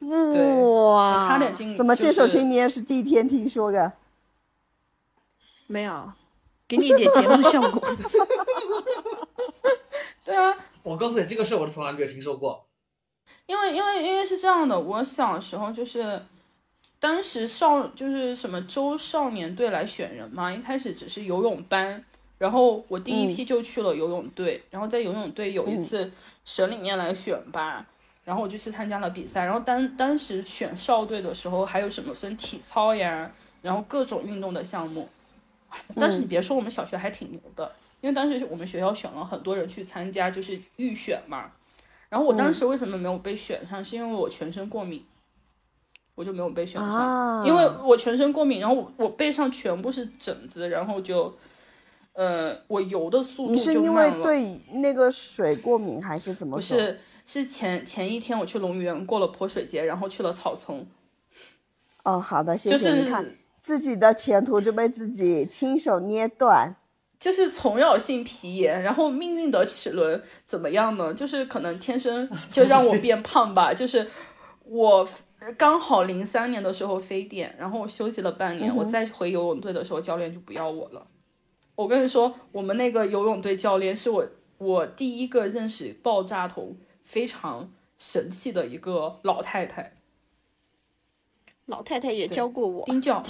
[SPEAKER 3] 嗯
[SPEAKER 5] 哇，
[SPEAKER 2] 差点进。
[SPEAKER 3] 怎
[SPEAKER 2] 嗯
[SPEAKER 3] 么
[SPEAKER 2] 就是
[SPEAKER 3] 这首琴你也是第一天听说的？
[SPEAKER 5] 没有，给你一点节目效果。
[SPEAKER 2] 对啊，
[SPEAKER 4] 我告诉你，这个事儿我是从来没有听说过。
[SPEAKER 2] 因为因为因为是这样的，我小时候就是，当时少就是什么州少年队来选人嘛，一开始只是游泳班，然后我第一批就去了游泳队，然后在游泳队有一次省里面来选拔，然后我就去参加了比赛，然后当当时选少队的时候还有什么分体操呀，然后各种运动的项目，哇但
[SPEAKER 3] 嗯
[SPEAKER 2] 是你别说，我们小学还挺牛的。因为当时我们学校选了很多人去参加，就是预选嘛，然后我当
[SPEAKER 3] 嗯
[SPEAKER 2] 时为什么没有被选上，是因为我全身过敏，我就没有被选上，
[SPEAKER 3] 啊
[SPEAKER 2] 因为我全身过敏，然后我我背上全部是疹子，然后就，呃，我游的速度
[SPEAKER 3] 你是
[SPEAKER 2] 就
[SPEAKER 3] 因为
[SPEAKER 2] 慢了。
[SPEAKER 3] 对那个水过敏，还是怎么
[SPEAKER 2] 不
[SPEAKER 3] 说？
[SPEAKER 2] 是，是前前一天我去龙源过了泼水节，然后去了草丛，
[SPEAKER 3] 哦，好的，谢谢。
[SPEAKER 2] 就是
[SPEAKER 3] 你看自己的前途就被自己亲手捏断。
[SPEAKER 2] 就是虫咬性皮炎，然后命运的齿轮怎么样呢？就是可能天生就让我变胖吧。就是我刚好零三年的时候非典，然后我休息了半年，我再回游泳队的时候，教练就不要我了。我跟你说，我们那个游泳队教练是我我第一个认识爆炸头非常神气的一个老太太，
[SPEAKER 5] 老太太也教过我
[SPEAKER 2] 丁教。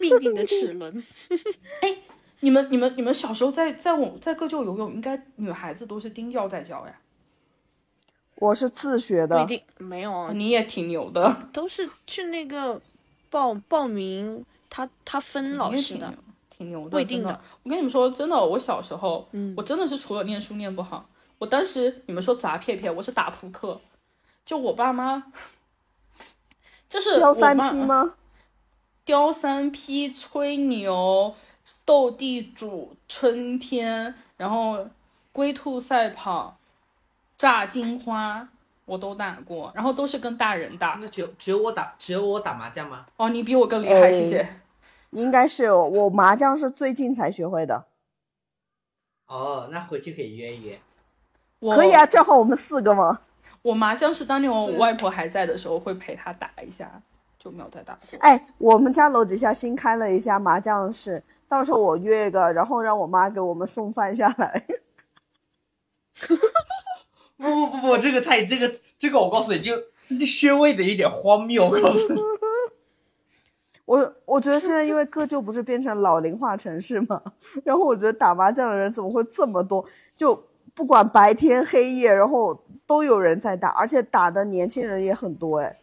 [SPEAKER 5] 命运的齿轮，
[SPEAKER 2] 你们你们你们小时候在在我在各教游泳，应该女孩子都是丁教在教呀，
[SPEAKER 3] 我是自学
[SPEAKER 5] 不一
[SPEAKER 4] 啊
[SPEAKER 3] 的，
[SPEAKER 5] 定没有，
[SPEAKER 2] 你也挺牛的。
[SPEAKER 5] 都是去那个报报名，他他分老
[SPEAKER 2] 也
[SPEAKER 5] 师
[SPEAKER 2] 挺牛
[SPEAKER 5] 的，
[SPEAKER 2] 挺牛的，
[SPEAKER 5] 不一定
[SPEAKER 2] 真
[SPEAKER 5] 的嗯
[SPEAKER 2] 的。我跟你们说，真的，我小时候，我真的是除了念书念不好，我当时你们说砸片片，我是打扑克，就我爸妈，就是
[SPEAKER 3] 幺
[SPEAKER 2] 呃我
[SPEAKER 3] 三
[SPEAKER 2] 妈
[SPEAKER 3] P 吗？
[SPEAKER 2] 雕三批、吹牛、斗地主、春天，然后龟兔赛跑、炸金花。我都打过，然后都是跟大人打。
[SPEAKER 4] 那只有只有我打只有我打麻将吗？
[SPEAKER 2] 哦，你比我更厉害，
[SPEAKER 3] 哎
[SPEAKER 2] 谢谢。
[SPEAKER 3] 应该是有我麻将是最近才学会的。
[SPEAKER 4] 哦，那回去可以约一约。
[SPEAKER 2] 我
[SPEAKER 3] 可以啊，正好我们四个嘛。
[SPEAKER 2] 我麻将是当年我外婆还在的时候会陪她打一下，就没有再打过。
[SPEAKER 3] 哎，我们家楼底下新开了一家麻将室，到时候我约一个，然后让我妈给我们送饭下来。
[SPEAKER 6] 不不不不，这个太这个这个，我告诉你，就这个学位的有点荒谬，我告诉你。
[SPEAKER 3] 我我觉得现在因为各就不是变成老龄化城市嘛， 然后我觉得打麻将的人怎么会这么多？就不管白天黑夜，然后都有人在打，而且打的年轻人也很多哎。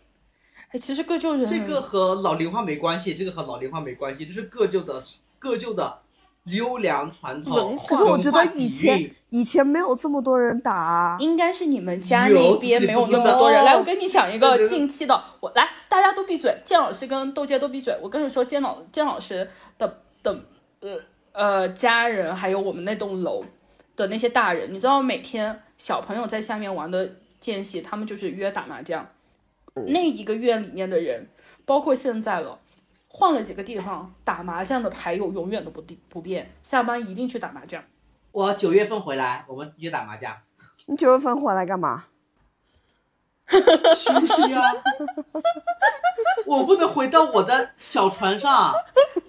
[SPEAKER 2] 哎，其实各就人
[SPEAKER 4] 这个和老龄化没关系，这个和老龄化没关系，这是各就的各就的优良传统
[SPEAKER 5] 文化
[SPEAKER 3] 哦可是我觉得
[SPEAKER 4] 文化
[SPEAKER 3] 以
[SPEAKER 4] 底蕴
[SPEAKER 3] 前以前没有这么多人打啊、
[SPEAKER 2] 应该是你们家
[SPEAKER 4] 有
[SPEAKER 2] 那
[SPEAKER 4] 自己
[SPEAKER 2] 边没有
[SPEAKER 4] 不知
[SPEAKER 2] 那么
[SPEAKER 4] 道
[SPEAKER 2] 多人。来，我跟你讲一个
[SPEAKER 4] 对对对
[SPEAKER 2] 近期的，我来，大家都闭嘴，建老师跟豆姐都闭嘴。我跟你说，建老建老师的的呃呃家人，还有我们那栋楼的那些大人，你知道每天小朋友在下面玩的间隙，他们就是约打麻将。
[SPEAKER 4] 嗯
[SPEAKER 2] 那一个月里面的人，包括现在了。换了几个地方打麻将的牌友永远都不定不变，下班一定去打麻将。
[SPEAKER 4] 我九月份回来，我们约打麻将。
[SPEAKER 3] 你九月份回来干嘛？
[SPEAKER 4] 休息啊！ 我不能回到我的小船上，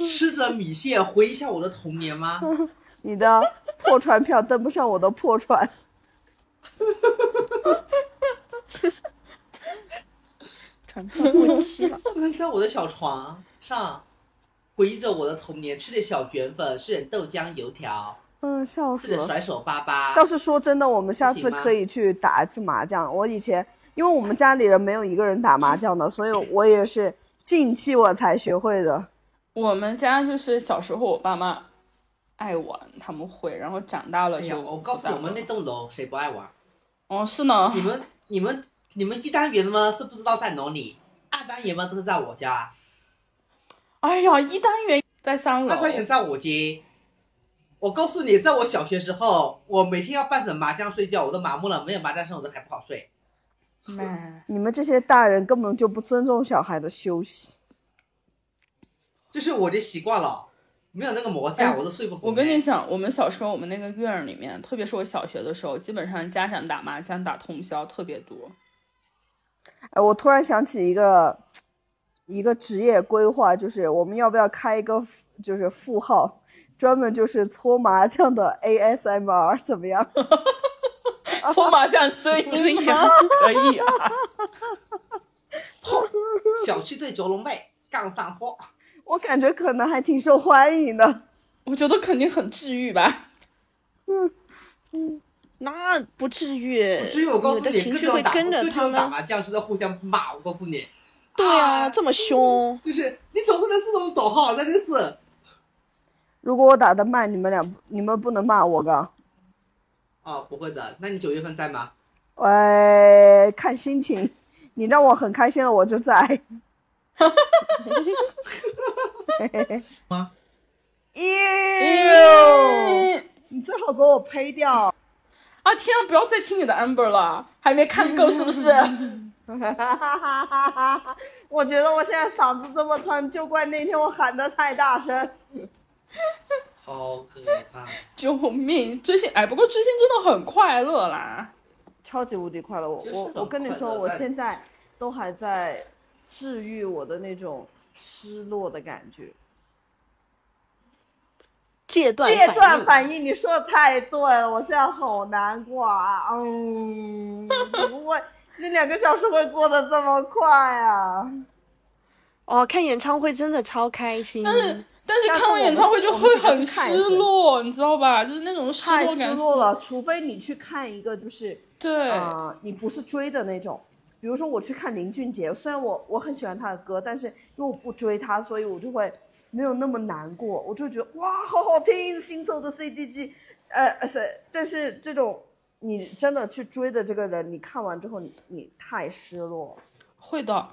[SPEAKER 4] 吃着米线回忆一下我的童年吗？
[SPEAKER 3] 你的破船票登不上我的破船，
[SPEAKER 5] 船票过期了，
[SPEAKER 4] 不能在我的小床上回忆着我的童年，吃点小卷粉，吃点豆浆油条，
[SPEAKER 3] 嗯，笑
[SPEAKER 4] 吃
[SPEAKER 3] 死
[SPEAKER 4] 点
[SPEAKER 3] 了。
[SPEAKER 4] 甩手粑粑。
[SPEAKER 3] 倒是说真的，我们下
[SPEAKER 4] 不
[SPEAKER 3] 次
[SPEAKER 4] 行吗
[SPEAKER 3] 可以去打一次麻将。我以前因为我们家里人没有一个人打麻将的，所以我也是近期我才学会的。
[SPEAKER 2] 我们家就是小时候我爸妈爱玩，他们会，然后长大了
[SPEAKER 4] 哎呀，
[SPEAKER 2] 就、
[SPEAKER 4] 我告诉你，我们那栋楼谁不爱玩？
[SPEAKER 2] 那哦是呢
[SPEAKER 4] 你，们、你们、你们一单元吗？是不知道在哪里？二单元吗？都是在我家，
[SPEAKER 2] 哎呀一单元在三楼
[SPEAKER 4] 二，单元在我家。我告诉你，在我小学时候，我每天要扮成麻将睡觉，我都麻木了，没有麻将声我都还不好睡。
[SPEAKER 2] 妈
[SPEAKER 3] 你们这些大人根本就不尊重小孩的休息。
[SPEAKER 4] 就是我的习惯了，没有那个魔架，
[SPEAKER 2] 哎
[SPEAKER 4] 我都睡不着。
[SPEAKER 2] 我跟你，讲，我们小时候我们那个院儿里面，特别是我小学的时候，基本上家长打麻将打通宵特别多。
[SPEAKER 3] 哎，我突然想起一个一个职业规划，就是我们要不要开一个就是副号，专门就是搓麻将的 ASMR 怎么样？
[SPEAKER 4] 啊
[SPEAKER 2] 搓麻将声音啊呀，可以啊。
[SPEAKER 4] 小区对九龙妹杠上坡，
[SPEAKER 3] 我感觉可能还挺受欢迎的。
[SPEAKER 2] 我觉得肯定很治愈吧。
[SPEAKER 5] 那不至于。
[SPEAKER 4] 只有我告
[SPEAKER 5] 呃你
[SPEAKER 4] 诉
[SPEAKER 5] 的
[SPEAKER 4] 你，
[SPEAKER 5] 情
[SPEAKER 4] 各
[SPEAKER 5] 绪
[SPEAKER 4] 种
[SPEAKER 5] 会
[SPEAKER 4] 打，
[SPEAKER 5] 跟
[SPEAKER 4] 各
[SPEAKER 5] 着他
[SPEAKER 4] 种打
[SPEAKER 5] 们。
[SPEAKER 4] 麻将是在互相骂。我告诉你，
[SPEAKER 5] 对啊，这么凶，
[SPEAKER 4] 就是你总不能这种抖号，真的是
[SPEAKER 3] 如果我打得慢，你们俩不你们不能骂我噶。
[SPEAKER 4] 哦，不会的。那你九月份在吗？
[SPEAKER 3] 喂，哎看心情，你让我很开心了，我就在。
[SPEAKER 4] 吗？哎
[SPEAKER 3] 哟，你最好给我呸掉。
[SPEAKER 2] 哎啊天啊！不要再听你的 Amber 了，还没看够是不 是？
[SPEAKER 3] 我觉得我现在嗓子这么疼，就怪那天我喊得太大声。
[SPEAKER 4] 好可怕！
[SPEAKER 2] 救命！追星哎，不过追星真的很快乐啦。
[SPEAKER 3] 超级无敌快乐。我
[SPEAKER 4] 就是
[SPEAKER 3] 我
[SPEAKER 4] 很
[SPEAKER 3] 我跟你
[SPEAKER 4] 快
[SPEAKER 3] 说，
[SPEAKER 4] 乐
[SPEAKER 3] 我
[SPEAKER 4] 但
[SPEAKER 3] 现在都还在治愈我的那种失落的感觉。
[SPEAKER 5] 戒断
[SPEAKER 3] 戒
[SPEAKER 5] 反
[SPEAKER 3] 断
[SPEAKER 5] 应
[SPEAKER 3] 反应，你说的太对了，我现在好难过啊！嗯，怎么会那两个小时会过得这么快啊？
[SPEAKER 5] 哦，看演唱会真的超开心。
[SPEAKER 2] 但是但是
[SPEAKER 3] 下次
[SPEAKER 2] 看完演唱会就会很失落，你知道吧？就是那种失
[SPEAKER 3] 太
[SPEAKER 2] 落
[SPEAKER 3] 失
[SPEAKER 2] 感。
[SPEAKER 3] 落了，除非你去看一个就是
[SPEAKER 2] 对，
[SPEAKER 3] 啊、你不是追的那种。比如说我去看林俊杰，虽然我我很喜欢他的歌，但是因为我不追他，所以我就会没有那么难过，我就觉得哇，好好听，新走的 CD G，呃，呃是，但是这种你真的去追的这个人，你看完之后你你太失落了。
[SPEAKER 2] 会的，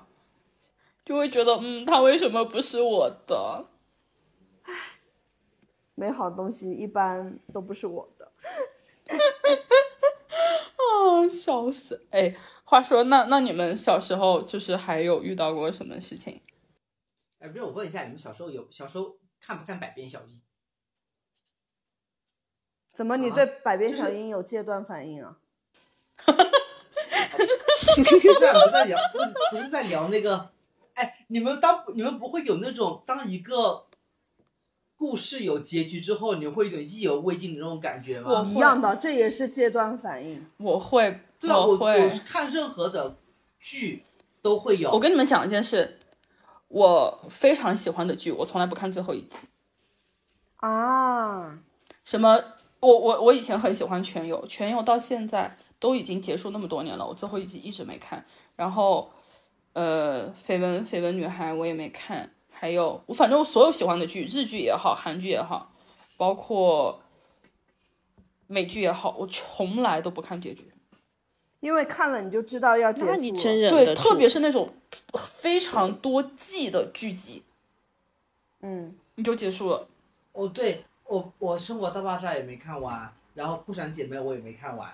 [SPEAKER 2] 就会觉得嗯，他为什么不是我的？
[SPEAKER 3] 美好的东西一般都不是我的。
[SPEAKER 2] 啊，笑死！哎，话说那那你们小时候就是还有遇到过什么事情？
[SPEAKER 4] 哎，不是，我问一下，你们小时候有小时候看不看《百变小樱》？
[SPEAKER 3] 怎么你
[SPEAKER 4] 啊
[SPEAKER 3] 对百变小
[SPEAKER 4] 就是
[SPEAKER 3] 樱有戒断反应啊？
[SPEAKER 4] 对啊，不是在聊，不是不是在聊那个。哎，你们当你们不会有那种当一个故事有结局之后，你会有一种意犹未尽的那种感觉吗？
[SPEAKER 2] 我
[SPEAKER 3] 一样的，这也是戒断反应。
[SPEAKER 2] 我会，
[SPEAKER 4] 对啊，我
[SPEAKER 2] 会
[SPEAKER 4] 是看任何的剧都会有。
[SPEAKER 2] 我跟你们讲一件事，我非常喜欢的剧，我从来不看最后一集。
[SPEAKER 3] 啊，
[SPEAKER 2] 什么？我我我以前很喜欢《全游》，《全游》到现在都已经结束那么多年了，我最后一集一直没看。然后，呃，绯闻绯闻女孩我也没看，还有我反正我所有喜欢的剧，日剧也好，韩剧也好，包括美剧也好，我从来都不看结局。
[SPEAKER 3] 因为看了你就知道要结束
[SPEAKER 5] 那
[SPEAKER 3] 了。
[SPEAKER 5] 你真忍
[SPEAKER 2] 对，
[SPEAKER 5] 得
[SPEAKER 2] 特
[SPEAKER 5] 住
[SPEAKER 2] 别是那种非常多季的剧集，
[SPEAKER 3] 嗯，
[SPEAKER 2] 你就结束了。
[SPEAKER 4] 哦，对我我生活大爆炸也没看完，然后不闪姐妹我也没看完，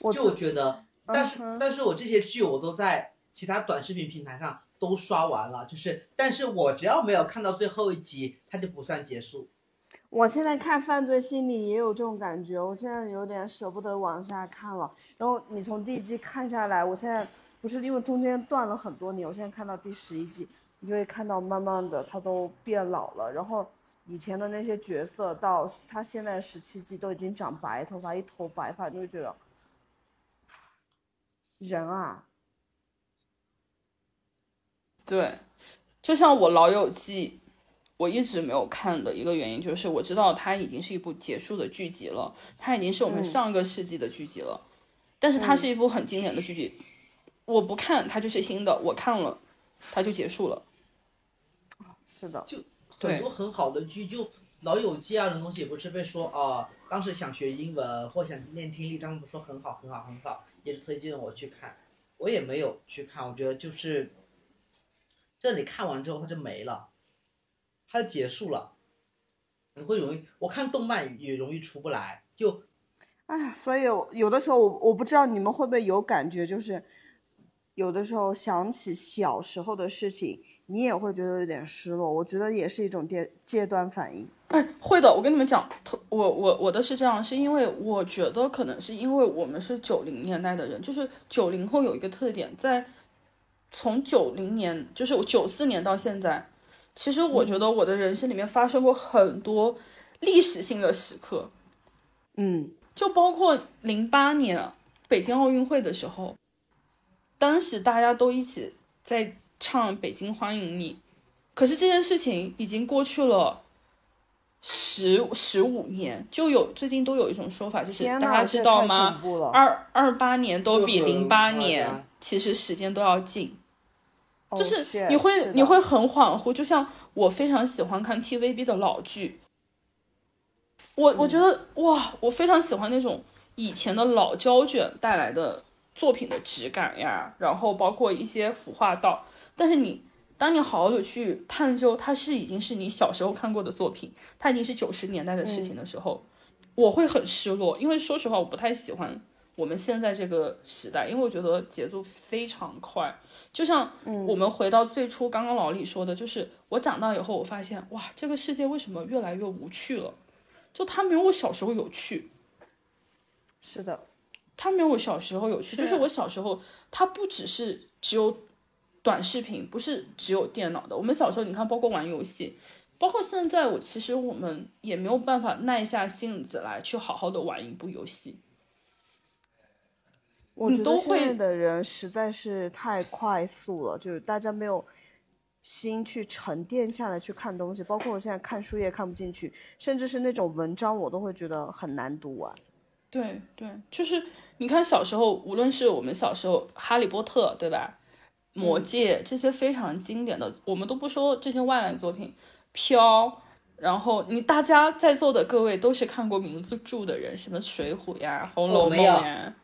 [SPEAKER 3] 我
[SPEAKER 4] 就我觉得，但是、
[SPEAKER 3] 嗯哼
[SPEAKER 4] 但是我这些剧我都在其他短视频平台上都刷完了，就是，但是我只要没有看到最后一集，它就不算结束。
[SPEAKER 3] 我现在看《犯罪心理》也有这种感觉，我现在有点舍不得往下看了。然后你从第一季看下来，我现在不是因为中间断了很多年，我现在看到第十一季，你就会看到慢慢的他都变老了，然后以前的那些角色到他现在十七季都已经长白头发，一头白发，你就会觉得人啊，
[SPEAKER 2] 对，就像我《老友记》，我一直没有看的一个原因就是，我知道它已经是一部结束的剧集了，它已经是我们
[SPEAKER 3] 嗯
[SPEAKER 2] 上个世纪的剧集了，但是它是一部很经典的剧集，我不看它就是新的，我看了它就结束了。
[SPEAKER 3] 是的，
[SPEAKER 2] 对
[SPEAKER 4] 很多很好的剧，就《老友记》啊，这种东西不是被说啊、当时想学英文或想练听力，他们不说很好，很好，很好，也是推荐我去看，我也没有去看，我觉得就是，这你看完之后它就没了，它就结束了，你会容易，我看动漫也容易出不来，就
[SPEAKER 3] 哎呀，所以我有的时候我我不知道你们会不会有感觉，就是有的时候想起小时候的事情，你也会觉得有点失落。我觉得也是一种阶阶段反应。
[SPEAKER 2] 哎，会的，我跟你们讲，特我我我的是这样，是因为我觉得可能是因为我们是九零年代的人，就是九零后有一个特点，在从九零年，就是九四年到现在，其实我觉得我的人生里面发生过很多历史性的时刻，
[SPEAKER 3] 嗯，
[SPEAKER 2] 就包括零八年北京奥运会的时候，当时大家都一起在唱《北京欢迎你》，可是这件事情已经过去了十十五年，就有最近都有一种说法，啊就是
[SPEAKER 3] 天
[SPEAKER 2] 大
[SPEAKER 3] 呐，
[SPEAKER 2] 家
[SPEAKER 3] 这
[SPEAKER 2] 知
[SPEAKER 3] 也
[SPEAKER 2] 道
[SPEAKER 3] 太
[SPEAKER 2] 吗？啊
[SPEAKER 3] 恐怖了，
[SPEAKER 2] 二二八年都比
[SPEAKER 4] 这很
[SPEAKER 2] 零八
[SPEAKER 4] 夸张
[SPEAKER 2] 年其实时间都要近，就
[SPEAKER 3] Oh
[SPEAKER 2] 是
[SPEAKER 3] shit，
[SPEAKER 2] 你会
[SPEAKER 3] 是
[SPEAKER 2] 你
[SPEAKER 3] 的
[SPEAKER 2] 会很恍惚，就像我非常喜欢看 TVB 的老剧，我我觉得、
[SPEAKER 3] 嗯
[SPEAKER 2] 哇，我非常喜欢那种以前的老胶卷带来的作品的质感呀，然后包括一些腐化道，但是你。当你好好的去探究，它是已经是你小时候看过的作品，它已经是九十年代的事
[SPEAKER 3] 嗯
[SPEAKER 2] 情的时候，我会很失落，因为说实话，我不太喜欢我们现在这个时代，因为我觉得节奏非常快。就像我们回到最初，刚刚老李说的，就是我长大以后，我发现哇，这个世界为什么越来越无趣了？就它没有我小时候有趣，
[SPEAKER 3] 是的，
[SPEAKER 2] 它没有我小时候有趣。
[SPEAKER 3] 是
[SPEAKER 2] 就是我小时候，它不只是只有短视频，不是只有电脑的。我们小时候，你看，包括玩游戏，包括现在，我其实我们也没有办法耐下性子来去好好的玩一部游戏。
[SPEAKER 3] 我
[SPEAKER 2] 你
[SPEAKER 3] 觉
[SPEAKER 2] 都
[SPEAKER 3] 得现在
[SPEAKER 2] 会
[SPEAKER 3] 的人实在是太快速了，就是大家没有心去沉淀下来去看东西，包括我现在看书也看不进去，甚至是那种文章我都会觉得很难读啊完。
[SPEAKER 2] 对对，就是你看小时候，无论是我们小时候《哈利波特》对吧，《魔戒》这些非常经典的，我们都不说这些外来作品，《飘》，然后你大家在座的各位都是看过名字著的人，什么《水浒》呀，《红楼
[SPEAKER 4] 我
[SPEAKER 2] 梦
[SPEAKER 4] 没》有
[SPEAKER 2] 呀，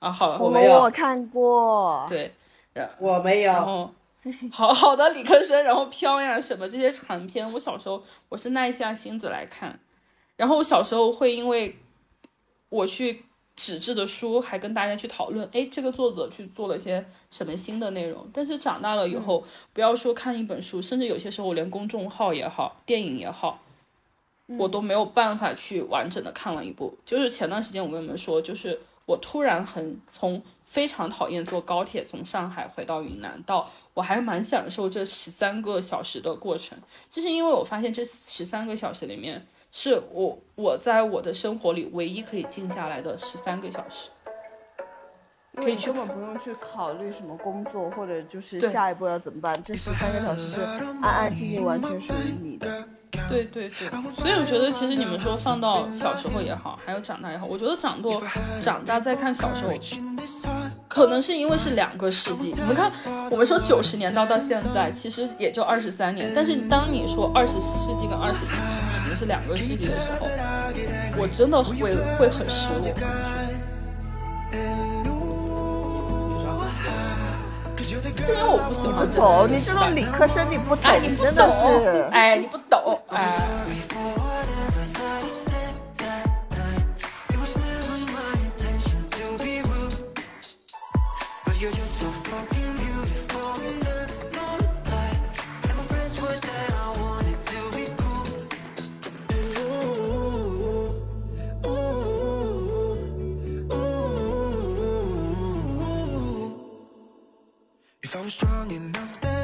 [SPEAKER 2] 啊，好，
[SPEAKER 4] 我
[SPEAKER 3] 红
[SPEAKER 4] 没
[SPEAKER 3] 楼
[SPEAKER 4] 有
[SPEAKER 3] 哦我看过，
[SPEAKER 2] 对，
[SPEAKER 4] 我没
[SPEAKER 2] 然
[SPEAKER 4] 有，
[SPEAKER 2] 后 好好的理科生，然后飘呀什么这些长篇，我小时候我是耐下心子来看，然后我小时候会因为我去纸质的书，还跟大家去讨论，哎，这个作者去做了些什么新的内容。但是长大了以后，不要说看一本书，甚至有些时候我连公众号也好，电影也好。
[SPEAKER 3] 嗯
[SPEAKER 2] 我都没有办法去完整的看完一部，就是前段时间我跟你们说，就是我突然很从非常讨厌坐高铁从上海回到云南，到我还蛮享受这十三个小时的过程，就是因为我发现这十三个小时里面，是我我在我的生活里唯一可以静下来的十三个小时。
[SPEAKER 3] 因为你根本不用去考虑什么工作或者就是下一步要怎么办，这十三个小时是安安静静，完全属于你的。
[SPEAKER 2] 对对对，所以我觉得其实你们说放到小时候也好，还有长大也好，我觉得长多长大再看小时候，可能是因为是两个世纪。你们看，我们说九十年到到现在，其实也就二十三年，但是当你说二十世纪跟二十一世纪已经是两个世纪的时候，我真的会会很失落。就因为我不喜欢现在
[SPEAKER 3] 懂，
[SPEAKER 2] 个
[SPEAKER 3] 你
[SPEAKER 2] 时
[SPEAKER 3] 这
[SPEAKER 2] 代
[SPEAKER 3] 种理科生你不懂
[SPEAKER 2] 哎，，你不
[SPEAKER 3] 真的
[SPEAKER 2] 懂，
[SPEAKER 3] 是。
[SPEAKER 2] 哎，你不懂，哎。
[SPEAKER 1] If I was strong enough, then